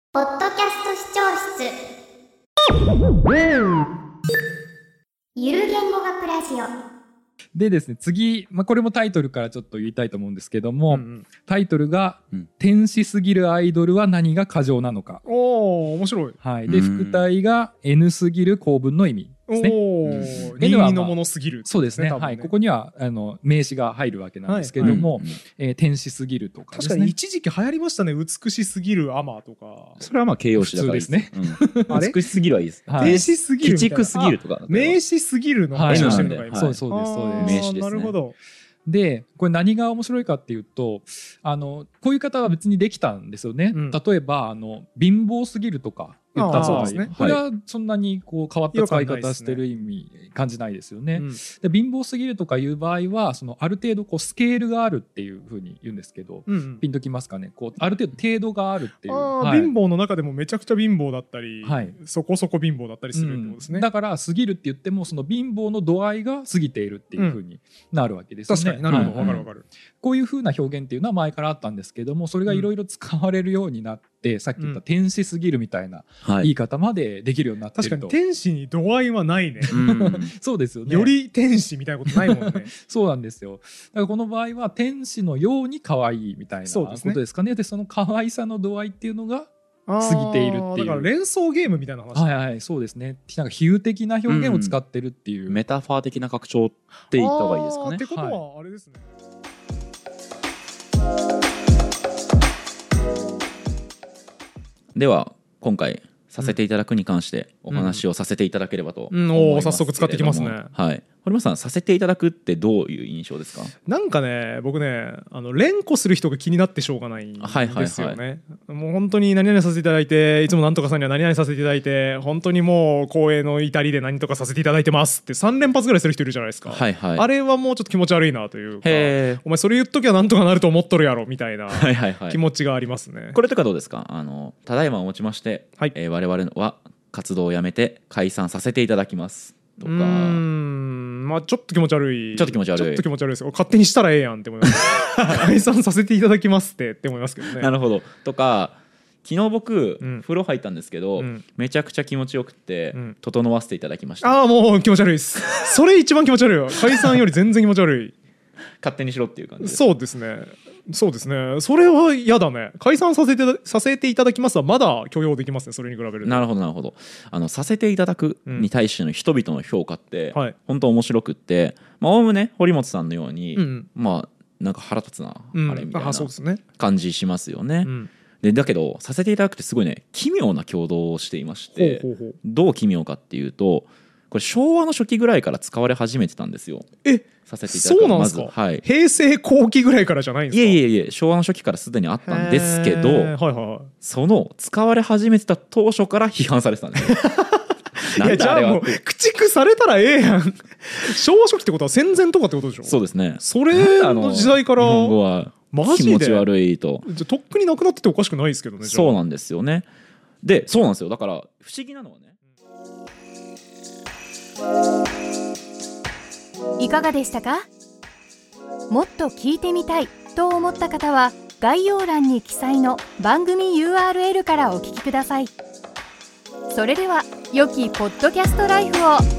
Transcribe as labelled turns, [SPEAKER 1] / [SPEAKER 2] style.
[SPEAKER 1] キャスト視聴室ゆる言語学ラジオ
[SPEAKER 2] でですね、次、まあ、これもタイトルからちょっと言いたいと思うんですけども、
[SPEAKER 3] うんうん
[SPEAKER 2] タイトルが、
[SPEAKER 4] うん
[SPEAKER 2] 天使すぎるアイドルは何が過剰なのか。
[SPEAKER 3] おー、面白い。
[SPEAKER 2] はい。で、
[SPEAKER 4] うん
[SPEAKER 2] 副題が N すぎる構文の意味
[SPEAKER 3] お
[SPEAKER 2] ですね。
[SPEAKER 3] ー、
[SPEAKER 2] うん
[SPEAKER 3] 任
[SPEAKER 2] N はまあ
[SPEAKER 3] 意のものすぎる。
[SPEAKER 2] そうですね。
[SPEAKER 3] 多分
[SPEAKER 2] はい。ここには、あの、名詞が入るわけなんですけ
[SPEAKER 4] け
[SPEAKER 2] ど
[SPEAKER 4] ど
[SPEAKER 2] も、
[SPEAKER 4] も、
[SPEAKER 2] えー天使すぎるとか
[SPEAKER 3] 確
[SPEAKER 2] です
[SPEAKER 3] か
[SPEAKER 2] ね。
[SPEAKER 3] に一時期流行りましたね。美しすぎるアマとか。
[SPEAKER 4] それはまあ形容詞だからいい
[SPEAKER 2] 普
[SPEAKER 4] うん
[SPEAKER 3] あれ
[SPEAKER 4] 美しすぎるはいいです。
[SPEAKER 2] はい
[SPEAKER 3] 名詞すぎるみ
[SPEAKER 4] 鬼
[SPEAKER 3] たいな。
[SPEAKER 4] 畜すぎるとか
[SPEAKER 3] あ。。名詞すぎるの
[SPEAKER 2] はい
[SPEAKER 3] 話をしてるのが
[SPEAKER 4] はい
[SPEAKER 3] 今。
[SPEAKER 2] そうそうです、そうです。
[SPEAKER 4] 名詞です
[SPEAKER 3] あー
[SPEAKER 4] ね
[SPEAKER 3] なるほど。
[SPEAKER 2] でこれ何が面白いかっていうとあのこういう方は別にできたんですよね、
[SPEAKER 3] うん
[SPEAKER 2] 例えばあの貧乏すぎるとか言った
[SPEAKER 3] あー
[SPEAKER 2] 場合
[SPEAKER 3] そうですね
[SPEAKER 2] これはそんなにこう変わった使い
[SPEAKER 3] 違和感ない
[SPEAKER 2] 方
[SPEAKER 3] ですね
[SPEAKER 2] してる意味感じないですよね。
[SPEAKER 3] うん
[SPEAKER 2] で貧乏すぎるとかいう場合はそのある程度こうスケールがあるっていうふうに言うんですけど、
[SPEAKER 3] うん
[SPEAKER 2] ピンときますかねこうある程度程度があるっていう。
[SPEAKER 3] ああ、
[SPEAKER 2] はい
[SPEAKER 3] 貧乏の中でもめちゃくちゃ貧乏だったり、
[SPEAKER 2] はい
[SPEAKER 3] そこそこ貧乏だったりするってことです
[SPEAKER 2] う
[SPEAKER 3] ね。
[SPEAKER 2] んだから過ぎるって言ってもその貧乏の度合いが過ぎているっていうふうになるわけですよね。
[SPEAKER 3] 確かになるほど、
[SPEAKER 2] は
[SPEAKER 3] わ
[SPEAKER 2] い
[SPEAKER 3] かるわかる。
[SPEAKER 2] こういう風な表現っていうのは前からあったんですけどもそれがいろいろ使われるようになって、さっき言っ
[SPEAKER 3] う
[SPEAKER 2] た
[SPEAKER 3] ん
[SPEAKER 2] 天使すぎるみたいな
[SPEAKER 4] は
[SPEAKER 2] 言い
[SPEAKER 4] い。
[SPEAKER 2] 方までできるようになって
[SPEAKER 3] 確かに
[SPEAKER 2] ると、
[SPEAKER 3] 天使に度合いはないね。
[SPEAKER 4] うん
[SPEAKER 2] そうですよね
[SPEAKER 3] より天使みたいなことないもん ね。
[SPEAKER 2] そうなんですよだからこの場合は天使のように可愛いみたいな
[SPEAKER 3] そう
[SPEAKER 2] こ
[SPEAKER 3] ですね
[SPEAKER 2] とですかねでその可愛さの度合いっていうのが
[SPEAKER 3] 過
[SPEAKER 2] 過ぎているってい
[SPEAKER 3] だ
[SPEAKER 2] う
[SPEAKER 3] から連想ゲームみたいな話。
[SPEAKER 2] はいはいそうですねなんか比喩的な表現を使ってるっていう、
[SPEAKER 4] メタファー的な拡張って言った方がいいですか
[SPEAKER 3] あーっ
[SPEAKER 4] ね
[SPEAKER 3] て。ことはあれですね。
[SPEAKER 4] では今回させていただくに関してお話をさせていただければと
[SPEAKER 3] うん
[SPEAKER 4] 思います
[SPEAKER 3] うんおー早速使ってきますね
[SPEAKER 4] けれどもはい。堀本さんさせていただくってどういう印象ですか。
[SPEAKER 3] なんかね僕ねあの連呼する人が気になってしょうがないん
[SPEAKER 4] はいはいはい
[SPEAKER 3] ですよね、もう本当に何々させていただいていつも何とかさんには何々させていただいて本当にもう光栄の至りで何とかさせていただいてますって3連発ぐらいする人いるじゃないですか、
[SPEAKER 4] はいはい。
[SPEAKER 3] あれはもうちょっと気持ち悪いなというか
[SPEAKER 4] へえ。
[SPEAKER 3] お前それ言っときゃ何とかなると思っとるやろみたいな
[SPEAKER 4] はいはいはい
[SPEAKER 3] 気。持ちがありますね、
[SPEAKER 4] これとかどうですかあのただいまをもちまして、
[SPEAKER 3] はい
[SPEAKER 4] えー我々は活動をやめて解散させていただきますと
[SPEAKER 3] うー
[SPEAKER 4] か
[SPEAKER 3] んまあちょっと気持ち悪い
[SPEAKER 4] ちょっと気持ち悪い
[SPEAKER 3] ちょっと気持ち悪いです勝手にしたらええやんって思います 解散させていただきますってって思いますけどね
[SPEAKER 4] なるほどとか昨日僕、
[SPEAKER 3] うん
[SPEAKER 4] 風呂入ったんですけど、
[SPEAKER 3] うん
[SPEAKER 4] めちゃくちゃ気持ちよくって、
[SPEAKER 3] うん
[SPEAKER 4] 整わせていただきました
[SPEAKER 3] ああもう気持ち悪い ですそれ一番気持ち悪いわ解散より全然気持ち悪
[SPEAKER 4] 勝手にしろっていう感じ
[SPEAKER 3] い
[SPEAKER 4] です
[SPEAKER 3] そうですねそうですねそれは嫌だね解散させてさせていただきますはまだ許容できますねそれに比べると
[SPEAKER 4] なるほどなるほどあのさせていただくに対しての人々の評価って、
[SPEAKER 3] はい
[SPEAKER 4] 本当面白くってまあおおむね堀本さんのように、
[SPEAKER 3] うんうん
[SPEAKER 4] まあなんか腹立つな、
[SPEAKER 3] うん
[SPEAKER 4] あれみたい
[SPEAKER 3] あ
[SPEAKER 4] な
[SPEAKER 3] そうですね、
[SPEAKER 4] 感じしますよね、
[SPEAKER 3] うん、
[SPEAKER 4] でだけどさせていただくってすごいね奇妙な共同をしていまして
[SPEAKER 3] ほうほうほう
[SPEAKER 4] どう奇妙かっていうとこれ昭和の初期ぐらいから使われ始めてたんですよ
[SPEAKER 3] え
[SPEAKER 4] させていただく
[SPEAKER 3] そうなんですか、
[SPEAKER 4] まずはい
[SPEAKER 3] 平成後期ぐらいからじゃないんです
[SPEAKER 4] い
[SPEAKER 3] か
[SPEAKER 4] えい
[SPEAKER 3] え
[SPEAKER 4] えいえ昭和の初期からすでにあったんですけ
[SPEAKER 3] はい
[SPEAKER 4] ど
[SPEAKER 3] はいはい
[SPEAKER 4] その使われ始めてた当初から批判されてたんですよ
[SPEAKER 3] い
[SPEAKER 4] な
[SPEAKER 3] や
[SPEAKER 4] ん
[SPEAKER 3] じ
[SPEAKER 4] だあれ
[SPEAKER 3] ゃあも
[SPEAKER 4] は
[SPEAKER 3] う駆逐されたらええやん昭和初期ってことは戦前とかってことでしょ
[SPEAKER 4] そうですね
[SPEAKER 3] それの時代から
[SPEAKER 4] 日本語は
[SPEAKER 3] マジ
[SPEAKER 4] 気
[SPEAKER 3] で
[SPEAKER 4] 持ち悪いと
[SPEAKER 3] じゃあとっくになくなってておかしくないですけどねじゃあ
[SPEAKER 4] そうなんですよねでそうなんですよだから不思議なのはね
[SPEAKER 5] いかがでしたかもっと聞いてみたいと思った方は概要欄に記載の番組 URL からお聞きくださいそれでは良きポッドキャストライフを